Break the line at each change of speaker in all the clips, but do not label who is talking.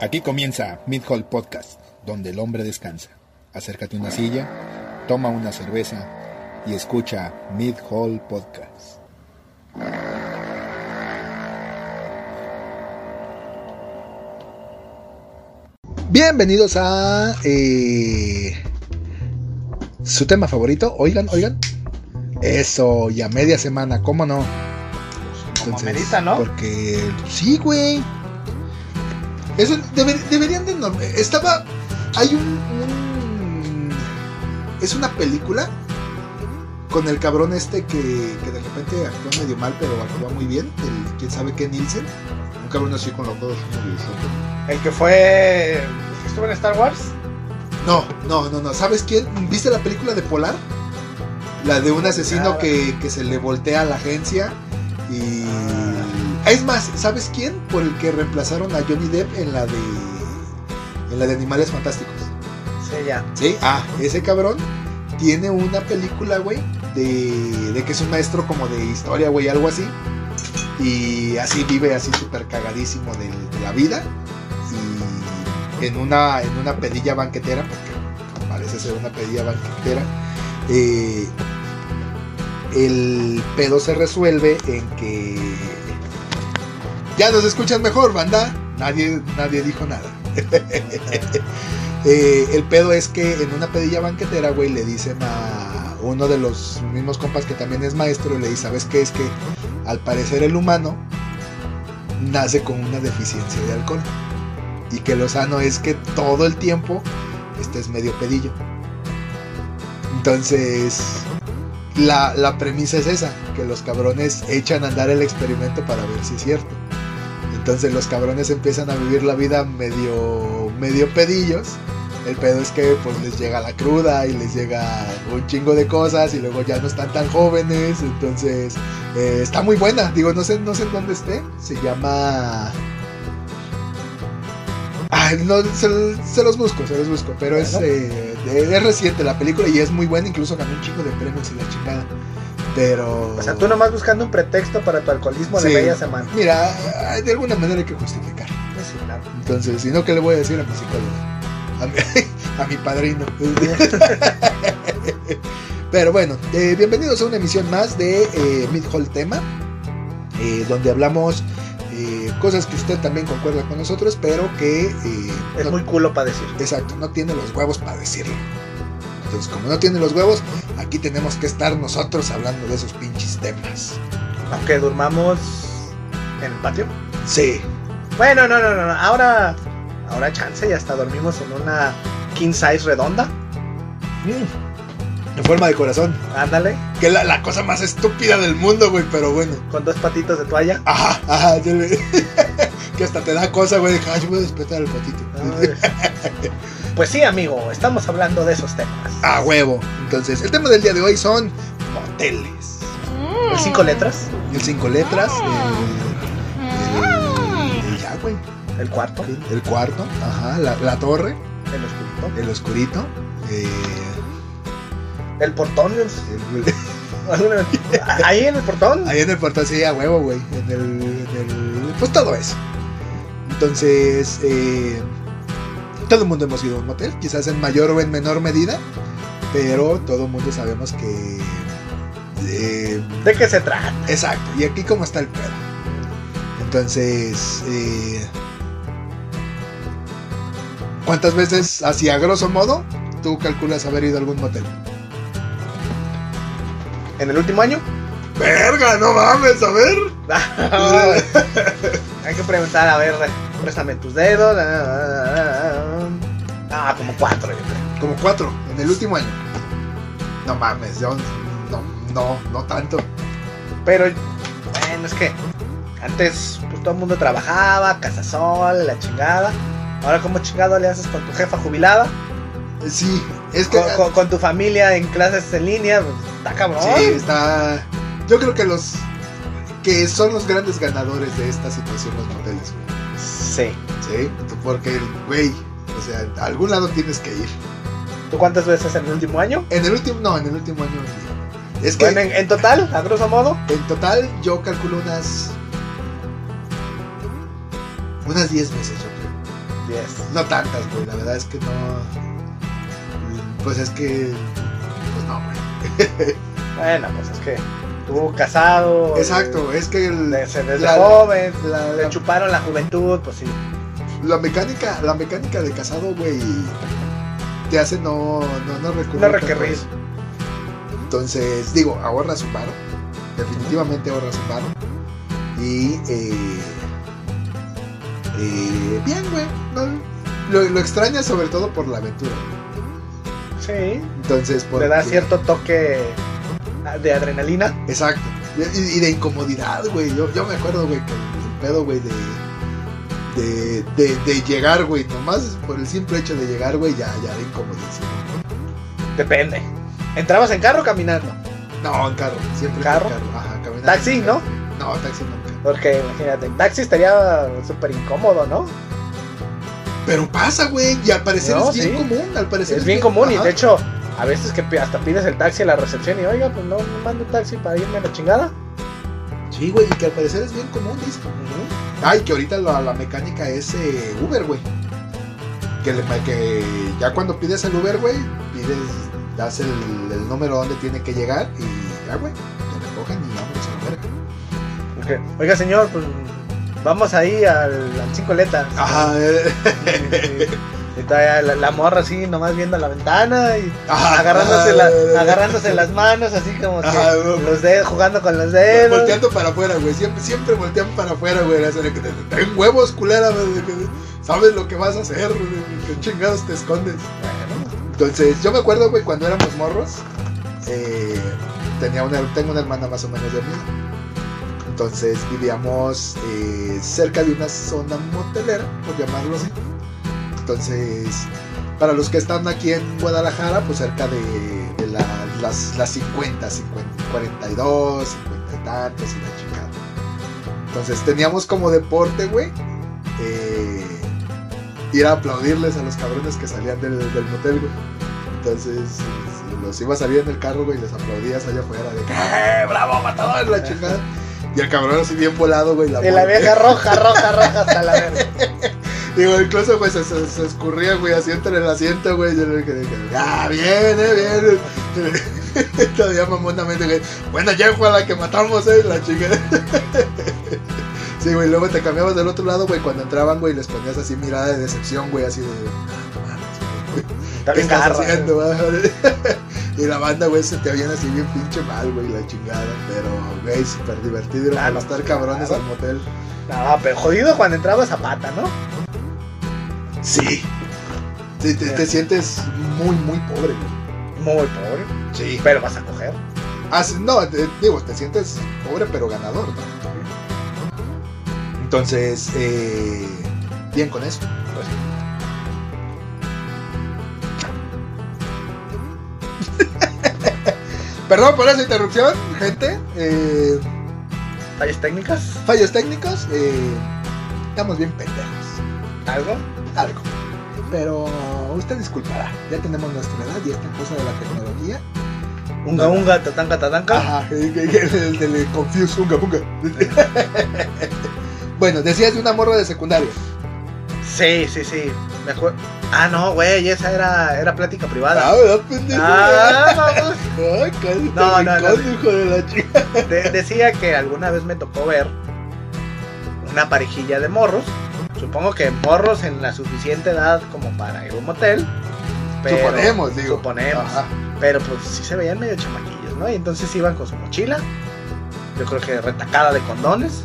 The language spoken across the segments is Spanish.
Aquí comienza Midhall Podcast, donde el hombre descansa. Acércate a una silla, toma una cerveza y escucha Midhall Podcast. Bienvenidos a eh, su tema favorito. Oigan, oigan. Eso, y a media semana, ¿cómo no?
Como amerita, ¿no?
Porque sí, güey. Eso debe- deberían de norm- Estaba. Hay un, un- Es una película con el cabrón este que, que de repente actúa medio mal, pero actúa muy bien. El quién sabe qué Nielsen. Un cabrón así con los dos.
El que fue. el que estuvo en Star Wars.
No, no, no, no. ¿Sabes quién? ¿Viste la película de Polar? La de un asesino
Ah.
que, que se le voltea a la agencia y...
Ah.
Es más, ¿sabes quién? Por el que reemplazaron a Johnny Depp en la de... En la de Animales Fantásticos.
Sí, ya.
¿Sí? Ah, ese cabrón tiene una película, güey, de, de que es un maestro como de historia, güey, algo así. Y así vive así súper cagadísimo del- de, la vida. Y en una, en una pedilla banquetera, porque parece ser una pedilla banquetera, eh, el pedo se resuelve en que... Ya nos escuchan mejor, banda. Nadie, nadie dijo nada. Eh, el pedo es que en una pedilla banquetera, güey, le dicen a uno de los mismos compas que también es maestro, y le dice, ¿sabes qué? Es que al parecer el humano nace con una deficiencia de alcohol. Y que lo sano es que todo el tiempo estés medio pedillo. Entonces, la, la premisa es esa, que los cabrones echan a andar el experimento para ver si es cierto. Entonces los cabrones empiezan a vivir la vida medio, medio pedillos. El pedo es que pues les llega la cruda y les llega un chingo de cosas y luego ya no están tan jóvenes. Entonces eh, está muy buena. Digo, no sé, no sé en dónde esté. Se llama... Ay, no, se, se los busco, se los busco. Pero es,
Bueno.
eh, de- es reciente la película y es muy buena. Incluso ganó un chingo de premios y la chingada. Pero...
O sea, tú nomás buscando un pretexto para tu alcoholismo
Oh. Sí.
de media semana.
Mira, de alguna manera hay que justificar.
Sí, claro.
Entonces, si no, ¿qué le voy a decir a mi psicóloga? A mi, a mi padrino. Pero bueno, eh, bienvenidos a una emisión más de eh, Mid-Hall Tema, eh, donde hablamos eh, cosas que usted también concuerda con nosotros, pero que eh,
Es
no-
muy culo para decir.
Exacto, no tiene los huevos para decirlo. Entonces, como no tiene los huevos, aquí tenemos que estar nosotros hablando de esos pinches temas.
Aunque durmamos en el patio.
Sí,
Bueno, no, no, no. no. Ahora. Ahora chance y hasta dormimos en una king size redonda.
en forma de corazón.
Ándale.
Que es la, la cosa más estúpida del mundo, güey, pero bueno.
Con dos patitos de toalla.
Ajá, ajá, yo le- que hasta te da cosa, güey, de que, ay, yo voy a despertar al patito.
Ay. Pues sí, amigo, estamos hablando de esos temas.
A huevo. Entonces, el tema del día de hoy son moteles.
¿El cinco letras?
El cinco letras, el, el- el ya, güey,
¿El cuarto? ¿El
el cuarto, ajá, la, la torre,
oscurito?
el oscurito, eh,
¿El portón?
el-
¿Alguna- ¿Ahí en el portón?
Ahí en el portal sí, a huevo, güey. En el, en el- Pues todo eso. Entonces, eh, todo el mundo hemos ido a un motel, quizás en mayor o en menor medida, pero todo el mundo sabemos que. eh,
¿De qué se trata?
exacto, y aquí cómo está el pedo. Entonces, eh, ¿cuántas veces, así a grosso modo, tú calculas haber ido a algún motel?
¿En el último año?
¡Verga, no mames! A ver. Ah.
Hay que preguntar, a ver, préstame tus dedos. Ah, como cuatro, yo creo.
Como cuatro en el último año. No mames, yo no, no, no tanto. Eh,
Pero, bueno, es que antes pues, todo el mundo trabajaba, casa sol, la chingada. Ahora, ¿cómo chingado le haces con tu jefa jubilada?
Sí, es que.
Con, con- con tu familia en clases en línea, pues, está cabrón.
Sí, está. Yo creo que los. Que son los grandes ganadores de esta situación los moteles, güey.
Sí.
Sí, porque, güey, o sea, a algún lado tienes que ir.
¿Tú cuántas veces en el último año?
En el último, no, en el último año. Es que
Bueno, en, en total, a grosso modo,
en total yo calculo unas. Unas 10 veces, yo creo.
10.
No tantas, güey. La verdad es que no. Pues es que. Pues no, güey.
Bueno, pues es que estuvo casado.
Exacto, es que el-
de- se- desde
la-
joven,
la-
le
la-
chuparon la juventud, pues sí.
la mecánica, la mecánica de casado, güey, te hace no, no, no recurrir.
No
tanto a
requerrir.
eso. Entonces, digo, ahorra su paro. Definitivamente ahorra su paro. Y eh, eh, bien, güey. no- lo, lo extraña sobre todo por la aventura.
Sí.
Entonces, por
Le da cierto toque de adrenalina.
Exacto. Y, y de incomodidad, güey. Yo, yo me acuerdo, güey, que el pedo, güey, de, de, de, de llegar, güey. Nomás por el simple hecho de llegar, güey, ya, ya era incomodísimo.
Depende. ¿Entrabas en carro o caminando?
No, en carro. Siempre en
¿Carro?
carro. Ajá, caminando.
Taxi, ¿no?
No, taxi nunca.
Porque imagínate, en taxi estaría súper incómodo, ¿no?
Pero pasa, güey. Y al parecer
No,
es bien
sí.
común. Al parecer
Es bien común y
ajá.
de hecho, a veces que pi- hasta pides el taxi a la recepción y oiga, pues no, no mando un taxi para irme a la chingada.
Sí, güey, y que al parecer es bien común, dice. Ay, que ahorita la, la mecánica es eh, Uber, güey. Que, le- que ya cuando pides el Uber, güey, pides, das el, el número donde tiene que llegar y ya, güey, te recogen y vámonos a la verga.
Ok. Oiga, señor, pues vamos ahí al, al cinco letras.
Ajá, eh,
Y- y- y todavía la, la morra así, nomás viendo la ventana y
ajá,
agarrándose,
ajá,
la- agarrándose las manos, así como que
Ajá, no.
los dedos, jugando con los dedos.
Volteando para afuera, güey. Siempre, siempre voltean para afuera, güey. Así de que te- te- Ten huevos, culera, güey, de que Sabes lo que vas a hacer, güey. Qué chingados te escondes.
Bueno,
Entonces, yo me acuerdo, güey, cuando éramos morros, eh, tenía una, tengo una hermana más o menos de mí. Entonces vivíamos eh, cerca de una zona motelera, por llamarlo así. Entonces, para los que están aquí en Guadalajara, pues cerca de, de la- las, las 50, 50, 42, 50 y tantos y la chingada. Entonces teníamos como deporte, güey, eh, ir a aplaudirles a los cabrones que salían del, del motel, güey. Entonces este, los ibas a salir en el carro, güey, y les aplaudías allá afuera de que, "Eh, ¡Bravo, matador! La chingada. Y el cabrón así bien volado, güey.
y la
vuelta.
vieja roja, roja, roja hasta la verga.
Digo, incluso, güey, se, se- se escurría, güey, así entre el asiento, güey. Yo le dije, dije, ah, bien, eh, bien. Todavía mamonamente, güey. Buena ya fue la que matamos, eh, la chica. sí, güey, luego te cambiabas del otro lado, güey, cuando entraban, güey, les ponías así mirada de decepción, güey, así de,
Está
¿qué
bien
estás
garra. eh.
haciendo, va?" Y la banda, güey, se te viene así bien pinche mal, güey, la chingada. Pero, güey, súper divertido ir a
Ah, no,
molestar cabrones
claro.
al motel.
No, pero jodido cuando entrabas a pata, ¿no?
Sí. Sí, te, te sientes muy, muy pobre, güey.
Muy pobre,
Sí.
pero vas a coger.
Ah, sí, no, te- digo, te sientes pobre pero ganador, ¿no? Entonces, eh, bien con eso. Perdón por esa interrupción, gente. Eh,
¿Tallas técnicas?
fallos técnicos. eh, estamos bien pendejos.
¿Algo?
Algo. Pero usted disculpará. Ya tenemos nuestra edad y esta cosa de la tecnología.
Unga, unga, tatanca, tatanca.
Ajá, el, el, el del Confuse Unga Bunga. bueno, decías de una morra de secundaria.
Sí, sí, sí. Me acuer- Ah, no, güey, esa era, era plática
Ah,
privada.
¿verdad, pendejo?
Ah, vamos.
Ay, casi te
No, no,
brincas,
no.
hijo de la chica.
De- decía que alguna vez me tocó ver una parejilla de morros. Supongo que morros en la suficiente edad como para ir a un motel. Pero,
Suponemos, digo.
Suponemos.
Ajá.
Pero pues sí se veían medio chamaquillos, ¿no? Y entonces iban con su mochila. Yo creo que retacada de condones.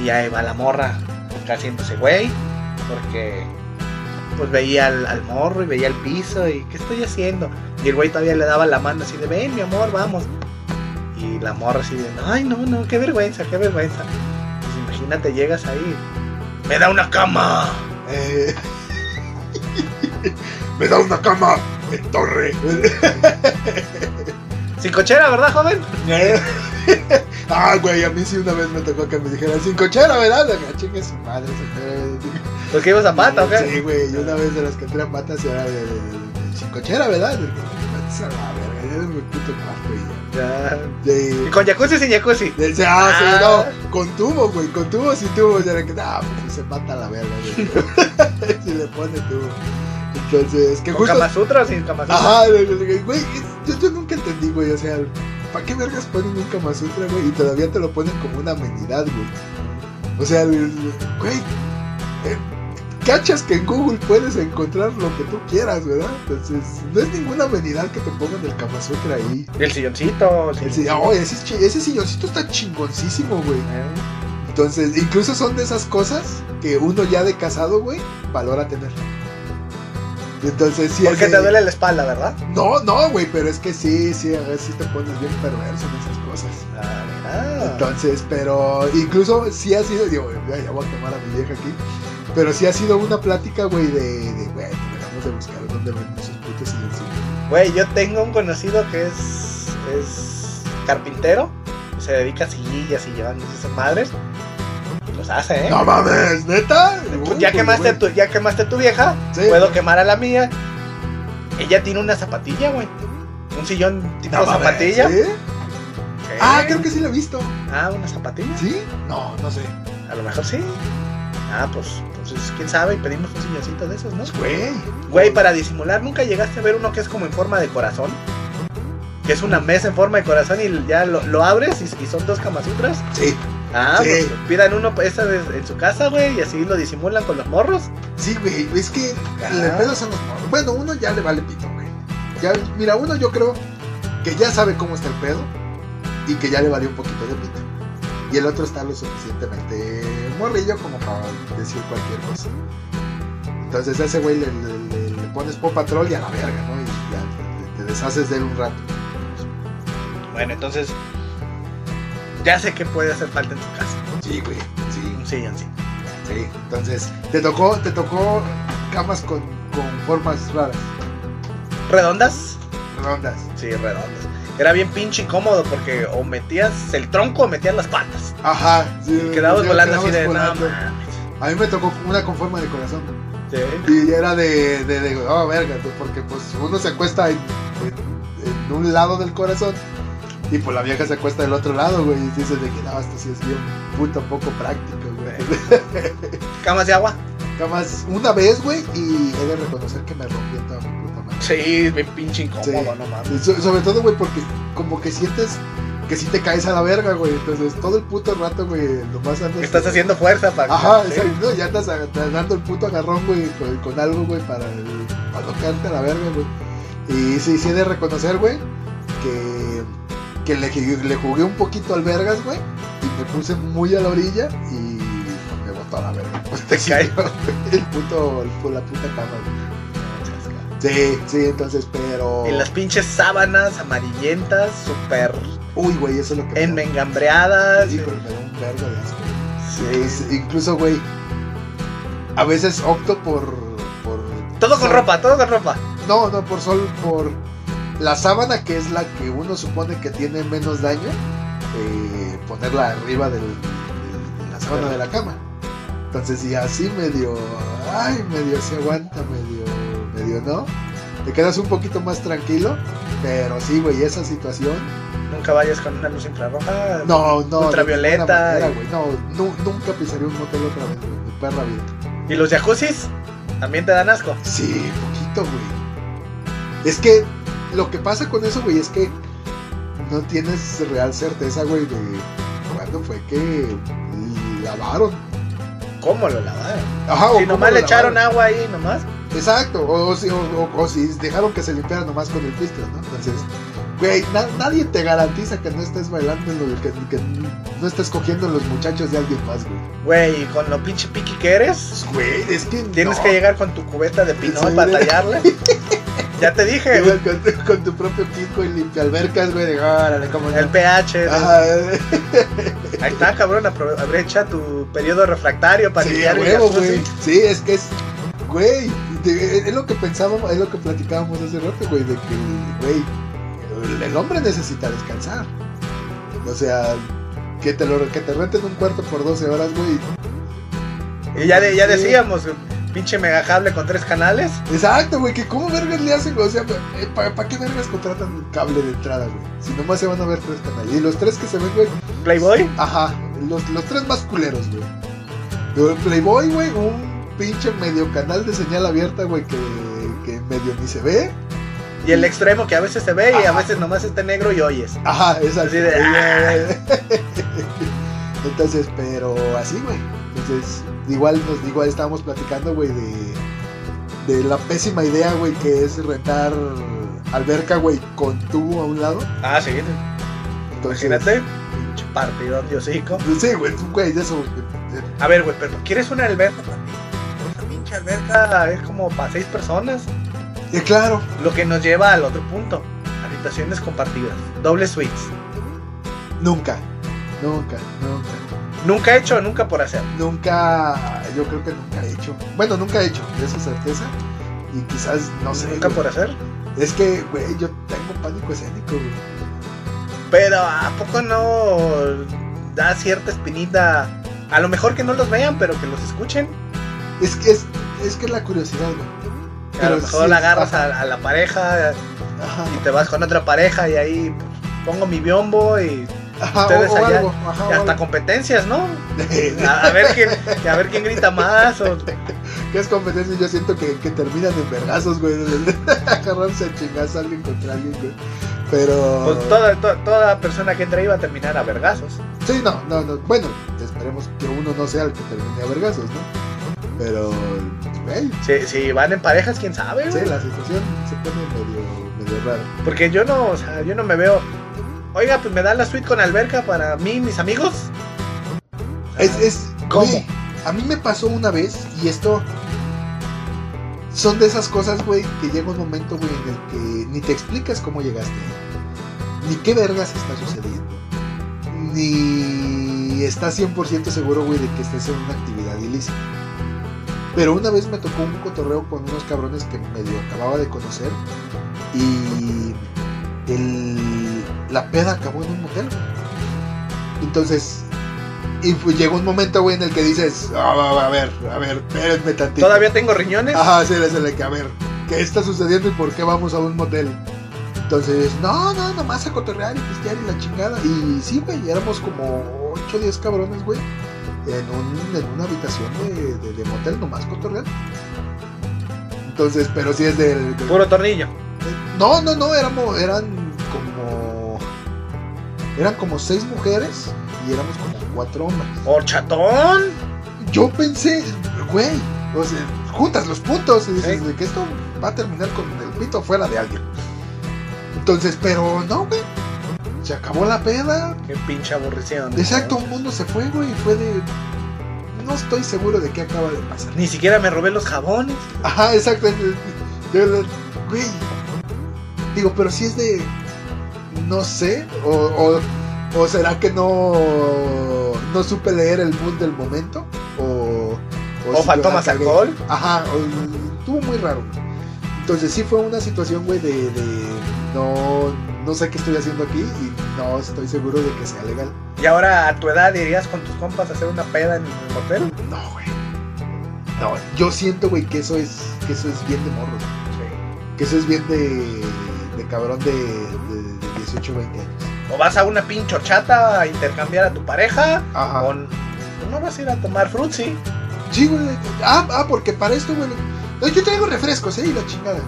Y ya iba la morra acá haciéndose güey. Porque pues veía al, al morro y veía el piso y ¿qué estoy haciendo? Y el güey todavía le daba la mano así de ven mi amor, vamos. Y la morra así de ay no, no, qué vergüenza, qué vergüenza. Pues imagínate, llegas ahí. Me da una cama.
Eh, Me da una cama en torre.
Sin cochera, ¿verdad, joven?
ah, güey, a mí sí una vez me tocó que me dijeran sin cochera, ¿verdad? Acá chingue su madre, señora.
Pues que ibas a pata, ¿o qué?
Sí, güey, yo una vez de las que entré a patas era de, de, de- de cincochera, ¿verdad? De, de- de- a la verga, ya era mi puto cuarto y
Ya.
ya. De-
Y Con jacuzzi y sin jacuzzi.
de- de- ah, sí,
Ah.
no, con tubo, güey, con tubo sin tubo, ya era que, ah, pues se mata la verga, güey. si le pone tú. Entonces, que
¿Con
justo.
Kama Sutra o sin Kama Sutra?
Ajá, güey, yo, yo nunca entendí, güey, o sea, ¿para qué vergas ponen un Kama Sutra, güey? Y todavía te lo ponen como una amenidad, güey. O sea, el- el- güey, eh, cachas que en Google puedes encontrar lo que tú quieras, ¿verdad? Entonces, no es ninguna amenidad que te pongan el Kama Sutra ahí.
El silloncito.
El si- oh, ese, chi- ese silloncito está chingoncísimo, güey.
Eh,
Entonces, incluso son de esas cosas que uno ya de casado, güey, valora tener. Entonces, sí
Porque
es de-
te duele la espalda, ¿verdad?
No, no, güey, pero es que sí, sí, a veces sí te pones bien perverso en esas cosas.
Ah, mira.
Entonces, pero incluso sí ha sido, digo, ya, ya voy a quemar a mi vieja aquí, pero sí ha sido una plática, güey, de, de, güey, deberíamos de buscar dónde venden sus putos silencios.
Ah. Güey, yo tengo un conocido que es, es carpintero. Se dedica a sillas y llevan esas madres. Y los hace, ¿eh?
No mames, neta.
Tú- ya,
Uy, pues,
quemaste
güey.
tu, ya quemaste tu vieja.
Sí.
Puedo quemar a la mía. Ella tiene una zapatilla, güey. Un sillón tipo
No mames,
zapatilla. ¿Eh?
¿sí?
Sí.
Ah, creo que sí la he visto.
Ah, una zapatilla.
¿Sí? No, no sé.
A lo mejor sí. Ah, pues, entonces, quién sabe, y pedimos un silloncito de esos, ¿no?
Pues, güey.
Güey, para disimular, ¿nunca llegaste a ver uno que es como en forma de corazón? Que es una mesa en forma de corazón y ya lo, lo abres y, y son dos kamasutras.
Sí.
Ah,
Sí.
pues pidan uno esa de- en su casa, güey, y así lo disimulan con los morros.
Sí, güey, es que el
Ajá.
pedo son los morros. Bueno, uno ya le vale pito, güey. Ya, mira, uno yo creo que ya sabe cómo está el pedo y que ya le valió un poquito de pito. Y el otro está lo suficientemente morrillo como para decir cualquier cosa. Entonces a ese güey le, le- le- le pones Pop Patrol y a la verga, ¿no? Y ya te, te deshaces de él un rato.
Bueno, entonces, ya sé que puede hacer falta en su casa.
Sí, güey, sí,
Un silloncito.
sí. Entonces, te tocó, te tocó camas con, con formas raras,
¿Redondas?
rondas.
Sí, redondas. Era bien pinche incómodo porque o metías el tronco o metías las patas.
Ajá, sí.
Y quedabas
sí,
volando así
quedabas
de nada
volando. A mí me tocó una con forma de corazón.
Sí.
Y era de, de, de, oh, verga, tú, porque pues uno se acuesta en, en- en un lado del corazón y pues la vieja se acuesta del otro lado, güey. Y dices de que no, esto sí es bien puto poco práctico, güey.
Camas de agua.
Nada más una vez, güey, y he de reconocer que me rompió toda mi puta madre.
Sí, bien pinche incómodo,
Sí.
no mames.
Y so- sobre todo, güey, porque como que sientes que si te caes a la verga, güey. Entonces todo el puto rato, güey, lo más andas.
Estás haciendo fuerza para.
Ajá,
sí.
exacto. Ya andas a- te- dando el puto agarrón, güey, con, con algo, güey, para, para no caerte a la verga, güey. Y sí, sí he de reconocer, güey, que, que le, ju- le jugué un poquito al vergas, güey, y me puse muy a la orilla y me botó a la verga.
Te cae.
El puto, el pu- la puta cama, güey. Sí, sí, entonces, pero...
¿eh? En las pinches sábanas amarillentas, súper
Uy, güey, eso es lo que... me-
enmengambreadas.
Sí, pero me da un vergo de asco.
Sí.
Es- incluso, güey, a veces opto por... por
Todo con
ropa
ropa, todo con ropa.
No, no, por sol, por la sábana que es la que uno supone que tiene menos daño, eh, ponerla arriba del- del- de la sábana de la cama. Entonces, y así medio, ay, medio se aguanta, medio, medio no. Te quedas un poquito más tranquilo, pero sí, güey, esa situación.
Nunca vayas con una luz infrarroja.
No, no. de
Ultravioleta
ninguna manera,
y-
güey, no, nu- nunca pisaría un motel otra vez, güey, mi perra vida.
Y los jacuzzis también te dan asco.
Sí, poquito, güey. Es que lo que pasa con eso, güey, es que no tienes real certeza, güey, de cuándo fue que lavaron.
¿Cómo lo lavaron?
Ajá,
si
Ah, cómo
nomás
lo
le echaron
lavaron.
agua ahí, nomás.
Exacto, o, o si, o- o- o si dejaron que se limpiara nomás con el filtro, ¿no? Entonces, güey, na- nadie te garantiza que no estés bailando, en lo- que, que no estés cogiendo a los muchachos de alguien más, güey. Pues,
Güey, con lo pinche piqui que eres,
Güey, es que
tienes
no.
que llegar con tu cubeta de pinot
Sí.
para tallarla. ya te dije,
Llegas con, tu- con tu propio pico y limpia albercas, güey, de órale, cómo no.
el pH. ¿no?
Ajá.
Ahí está, cabrón, apro- aprovecha tu periodo refractario para
Sí, a
limpiar el
huevo,
jacuzzi.
güey. Sí, es que es. Güey, de- es lo que pensábamos, es lo que platicábamos hace rato, güey, de que, güey, el, el hombre necesita descansar. O sea, que te, lo, que te renten un cuarto por 12 horas, güey.
Y ya, de- ya
Sí.
decíamos, pinche megacable con tres canales.
Exacto, güey, que cómo vergas le hacen, güey. O sea, ¿para qué vergas contratan un cable de entrada, güey? Si nomás se van a ver tres canales. Y los tres que se ven, güey,
Playboy,
Ajá, los, los tres más culeros, güey. El Playboy, güey, un pinche medio canal de señal abierta, güey, que, que medio ni se ve.
Y el extremo que a veces se ve y a
Ajá.
veces nomás está negro y oyes.
Ajá, es así.
Así de, ¡ah!
Entonces, pero así, güey. Entonces, igual nos igual estábamos platicando, güey, de, de la pésima idea, güey, que es rentar alberca, güey, con tubo a un lado.
Ah, sí.
Entonces, pues
Imagínate. Pinche partidón de hocico.
Sí, güey, tú, güey, de eso. güey.
A ver, güey, pero ¿quieres una alberca? para ti? Una pinche alberca es como para seis personas.
Eh, claro,
Lo que nos lleva al otro punto. Habitaciones compartidas. Doble suites.
nunca, nunca, nunca,
Nunca hecho, nunca por hacer.
nunca, yo creo que nunca he hecho. Bueno, nunca he hecho, de eso certeza. Y quizás, no sé.
nunca
güey.
por hacer.
Es que, güey, yo tengo pánico escénico, güey.
Pero ¿a poco no da cierta espinita? A lo mejor que no los vean, pero que los escuchen.
Es que es, es que es la curiosidad, güey.
Que a
Pero
lo mejor
sí,
la agarras
ajá.
a, a la pareja
Ajá.
y te vas con otra pareja y ahí pues, pongo mi biombo y,
Ajá,
Ustedes
o, o
allá,
algo, ajá,
y
o
hasta
algo.
competencias, ¿no? A, a ver quién, que a ver quién grita más o
que es competencia, yo siento que, que terminan en vergazos, güey. Agarrarse a chingas a alguien contra alguien, güey. Pero.
pues, toda, to- toda persona que entra iba a terminar a vergazos.
Sí, no, no, no. Bueno, esperemos que uno no sea el que termine a vergazos, ¿no? Pero. güey,
Si, si van en parejas, quién sabe,
sí,
güey?
la situación se pone medio, medio rara.
Porque yo no, o sea, yo no me veo. Oiga, pues me da la suite con alberca para mí y mis amigos.
Es, es.
¿Cómo?
güey, a mí me pasó una vez y esto. Son de esas cosas, güey, que llega un momento, güey, en el que ni te explicas cómo llegaste. Ni qué vergas está sucediendo. Ni estás 100% seguro, güey, de que estés en una actividad ilícita. Pero una vez me tocó un cotorreo con unos cabrones que medio acababa de conocer. Y el- la peda acabó en un motel. Entonces, y pues llegó un momento, güey, en el que dices, "Ah, va, va, a ver, a ver, espérenme tantito.
Todavía tengo riñones.
Ajá, sí, es el que, a ver, ¿qué está sucediendo y por qué vamos a un motel? Entonces, no, no, nomás a cotorrear y pistear y la chingada. Y sí, güey, éramos como 8 o 10 cabrones, güey, en, un- en una habitación de, de- de motel, nomás cotorrear. Entonces, pero sí es del...
Puro tornillo.
No, no, no, éramos, eran como... Eran como 6 mujeres y éramos como 4 hombres.
¡Horchatón!
Yo pensé, güey, o sea, juntas los puntos y dices
Sí.
de que esto va a terminar con el pito fuera de alguien. Entonces, pero no, güey. Se acabó la peda.
Qué pinche aburrición.
Exacto, un mundo se fue, güey. y Fue de. No estoy seguro de qué acaba de pasar.
Ni siquiera me robé los jabones.
Ajá, exacto. Yo lo- Güey. Digo, pero si es de. No sé. O, o- o será que no. No supe leer el mood del momento. O.
O,
si yo
faltó
la
más
cagué.
alcohol.
Ajá, o- estuvo muy raro. güey. Entonces sí fue una situación, güey, de, de no, no sé qué estoy haciendo aquí y no estoy seguro de que sea legal.
Y ahora a tu edad irías con tus compas a hacer una peda en el motel.
No, güey. No, yo siento, güey, que eso es, que eso es bien de morros. Que eso es bien de, de cabrón de, de, de 18, 20 años.
O vas a una pinche horchata a intercambiar a tu pareja.
Ajá.
O n- no vas a ir a tomar frutzi.
Sí, güey. Ah, ah, porque para esto, güey. no, yo traigo refrescos, eh, y la chingada.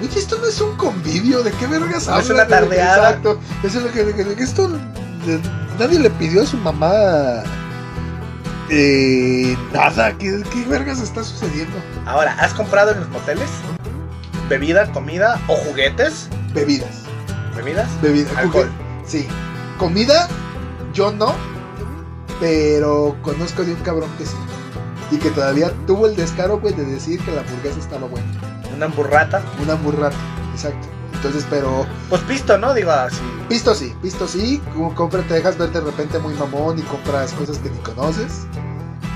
Oye, esto no es un convivio, ¿de qué vergas
No
hablas?
es una
güey?
tardeada.
Exacto. Eso es lo que, que- que esto de- nadie le pidió a su mamá eh, nada. ¿Qué, ¿Qué vergas está sucediendo?
Ahora, ¿has comprado en los moteles? Bebida, comida o juguetes.
Bebidas.
¿Bebidas?
Bebida,
Alcohol.
juguete. Sí. Comida, yo no. Pero conozco de un cabrón que sí. Y que todavía tuvo el descaro, güey, de decir que la hamburguesa estaba buena.
Una emburrata.
Una burrata, exacto. Entonces, pero
Pues pisto, ¿no? Digo así.
visto sí, visto sí. Como compra, te dejas ver de repente muy mamón y compras cosas que ni conoces.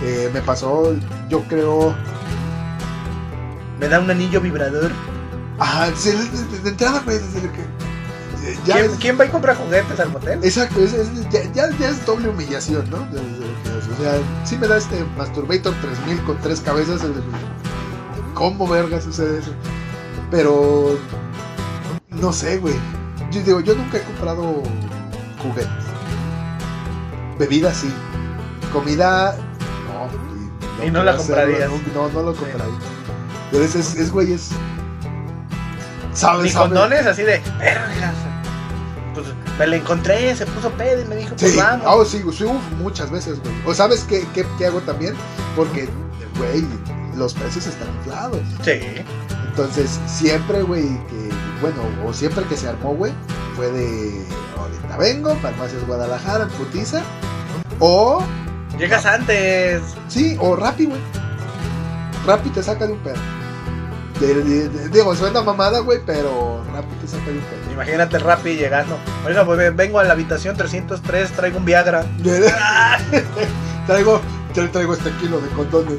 Eh, me pasó, yo creo.
Me da un anillo vibrador.
Ah, sí, de, de- de entrada, güey, desde lo que. eh, ya
¿Quién,
es-
quién va y compra juguetes al motel?
Exacto, es, es- ya, ya- ya es doble humillación, ¿no? De- de lo que es. O sea, si me da este Masturbator 3000 con tres cabezas, el- el- ¿cómo verga sucede eso? Pero, no sé, güey. Yo digo, yo nunca he comprado juguetes. Bebida sí. Comida, no. y
Y no la
pero hacerlo
comprarías.
nunca- No, no lo compraría. Pero es, es, es güey, es. ¿Sabes?
Ni condones así de vergas. Pues me la encontré, se puso pedo y me dijo, pues
Sí,
vamos.
ah, sí, sí, uf, muchas veces, güey. O sabes qué, qué- qué hago también? Porque, güey, los precios están inflados.
Sí.
Entonces, siempre, güey, que, bueno, o siempre que se armó, güey, fue de, ahorita vengo, Farmacias Guadalajara, Putiza, o,
Llegas antes.
sí, o Rappi, güey. Rappi te saca de un pedo. De- de- de- digo, suena mamada, güey, pero Rappi te saca de un pedo.
Imagínate el Rappi llegando. Oiga, pues vengo a la habitación 303, traigo un Viagra.
traigo, tra- traigo este kilo de condones.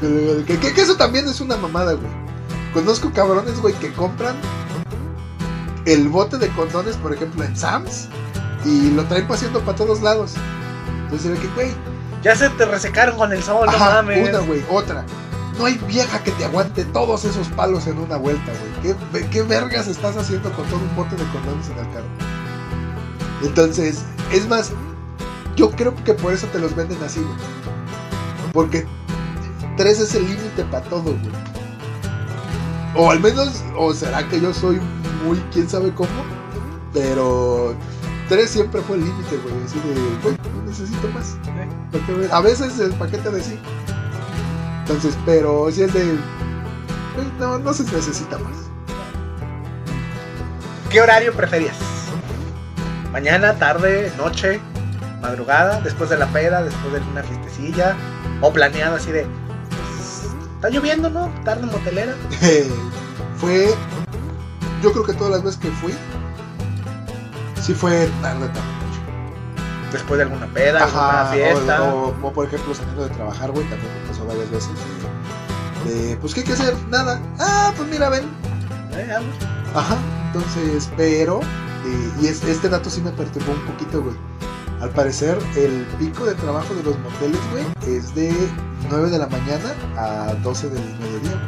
Que, que- que eso también es una mamada, güey. Conozco cabrones, güey, que compran el bote de condones, por ejemplo, en Sam's y lo traen paseando para todos lados. Entonces se ve que, güey,
Ya se te resecaron con el sol,
ajá,
no mames.
una, güey, otra. No hay vieja que te aguante todos esos palos en una vuelta, güey. ¿Qué, ve- qué vergas estás haciendo con todo un bote de condones en el carro? Entonces, es más, yo creo que por eso te los venden así, güey. Porque tres es el límite para todo, güey. O al menos, o será que yo soy muy quién sabe cómo, pero tres siempre fue el límite, güey. Así de, güey, no necesito más. Porque, güey, A veces el paquete de cinco. Entonces, pero si es de. güey, No, no se necesita más.
¿Qué horario preferías? Mañana, tarde, noche, madrugada, después de la peda, después de una fiestecilla, o planeado así de. pues, Está lloviendo, ¿no? Tarde motelera.
fue. Yo creo que todas las veces que fui. Sí fue tarde, tarde.
Después de alguna peda, alguna
o-
fiesta.
O, o por ejemplo, saliendo de trabajar, güey, también me pasó varias veces. De, de, pues, ¿qué hay que hacer? Nada. Ah, pues mira, ven.
Eh, vamos.
Ajá, entonces, pero, eh, y es- este dato sí me perturbó un poquito, güey. Al parecer, el pico de trabajo de los moteles, güey, es de 9 de la mañana a 12 del mediodía.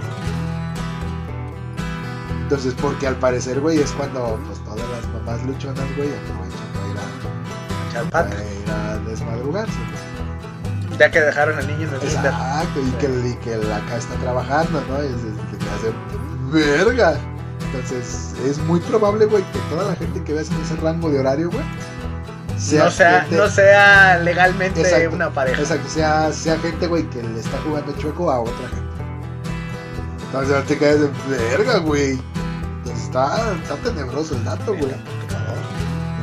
güey. Entonces, porque al parecer, güey, es cuando pues todas las mamás luchonas, güey, aprovechan para ir a,
Echar pata.
para ir a desmadrugarse. güey.
Ya que dejaron al niño en el kinder.
Exacto, y que, y que la acá está trabajando, ¿no? Y es, es- te hace verga. Entonces, es muy probable, güey, que toda la gente que veas en ese rango de horario, güey,
no, sea,
gente-
no sea legalmente
Exacto,
una pareja.
exacto, sea, sea gente, güey, que le está jugando chueco a otra gente. Entonces, te caes de verga, güey. Entonces, está, está tenebroso el dato, güey.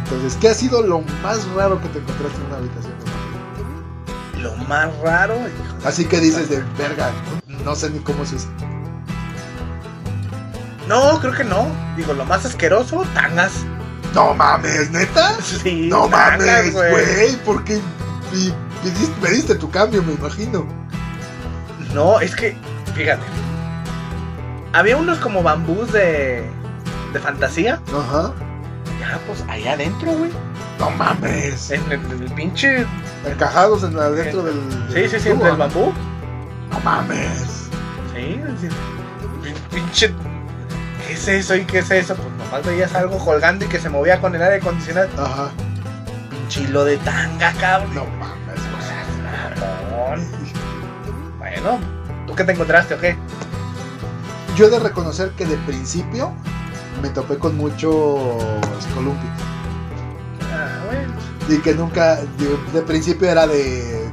Entonces, ¿qué ha sido lo más raro que te encontraste en una habitación? güey?
Lo más raro, hijo.
Así que dices de verga, no sé ni cómo se usa.
No, creo que no. Digo, lo más asqueroso, tangas.
No mames, neta.
Sí,
No
tangas,
mames, güey. ¿Por qué pi- pidiste- pediste tu cambio, me imagino?
No, es que, fíjate. Había unos como bambús de, de fantasía.
Ajá.
Ya, pues allá adentro, güey.
No mames.
En el, en el pinche.
Encajados en la- dentro del.
eh, Sí, sí, sí,
tubo,
entre el
¿no?
bambú.
No mames.
Sí, sí. Pin- Pinche. ¿Qué es eso y qué es eso? Pues nomás veías algo colgando y que se movía con el aire acondicionado.
Ajá.
Pinche hilo de tanga, cabrón.
No mames,
O
güey.
sea, cabrón. Bueno, ¿tú qué te encontraste o qué?
Yo he de reconocer que de principio me topé con muchos columpios.
Ah, bueno.
Y que nunca. De, de principio era de.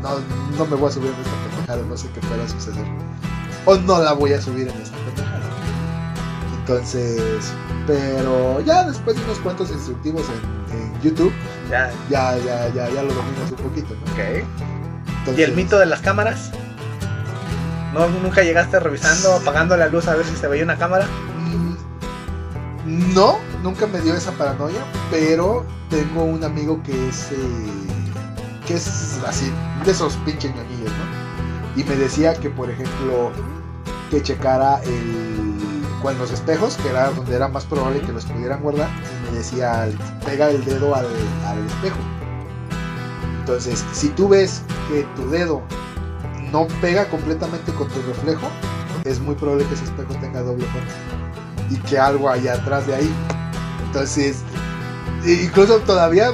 No, no me voy a subir en esta pendejada, no sé qué pueda suceder. O no la voy a subir en esta pendejada. Entonces. Pero ya después de unos cuantos instructivos en, en YouTube,
Ya,
ya, ya, ya, ya lo dominas un poquito, ¿no?
ok.
Entonces,
¿Y el mito de las cámaras? ¿No, ¿Nunca llegaste revisando, apagando la luz a ver si se veía una cámara?
mm, No, nunca me dio esa paranoia, pero tengo un amigo que es. eh, que es así, de esos pinches ñoñillos, ¿no? Y me decía que, por ejemplo, que checara el. con los espejos, que era donde era más probable que los pudieran guardar, y me decía, pega el dedo al, al espejo. Entonces, si tú ves que tu dedo no pega completamente con tu reflejo, es muy probable que ese espejo tenga doble fuente y que algo haya atrás de ahí. Entonces, e- incluso todavía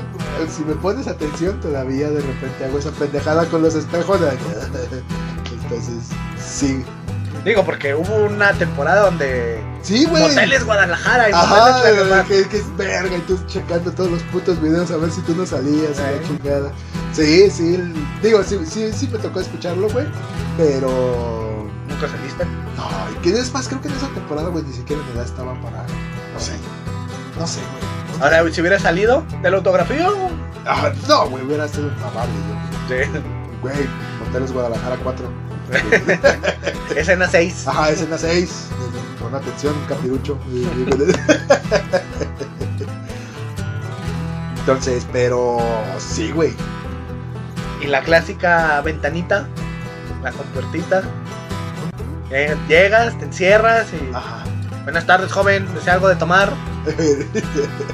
si me pones atención, todavía de repente hago esa pendejada con los espejos. Entonces, sí.
Digo, porque hubo una temporada donde
Sí, güey.
Moteles Guadalajara y
Ajá,
Moteles Tlaxcala.
que, que es verga, y tú checando todos los putos videos a ver si tú no salías, y la
Ey.
chingada. Sí, sí, el- digo, sí, sí, sí me tocó escucharlo, güey, pero...
Nunca saliste.
No, y que es más, creo que en esa temporada, güey, ni siquiera mi edad estaba para... No sé, no sé, güey.
Ahora, si hubiera salido, ¿te lo autografío?
Ah, no, güey, hubiera sido infamable yo.
Sí.
Güey, Moteles Guadalajara 4.
Escena 6.
Ajá, escena 6. Con atención, capirucho. Entonces, pero... Sí, güey.
Y la clásica ventanita, la compuertita. Eh, Llegas, te encierras y.
Ajá.
Buenas tardes, joven. ¿Desea algo de tomar?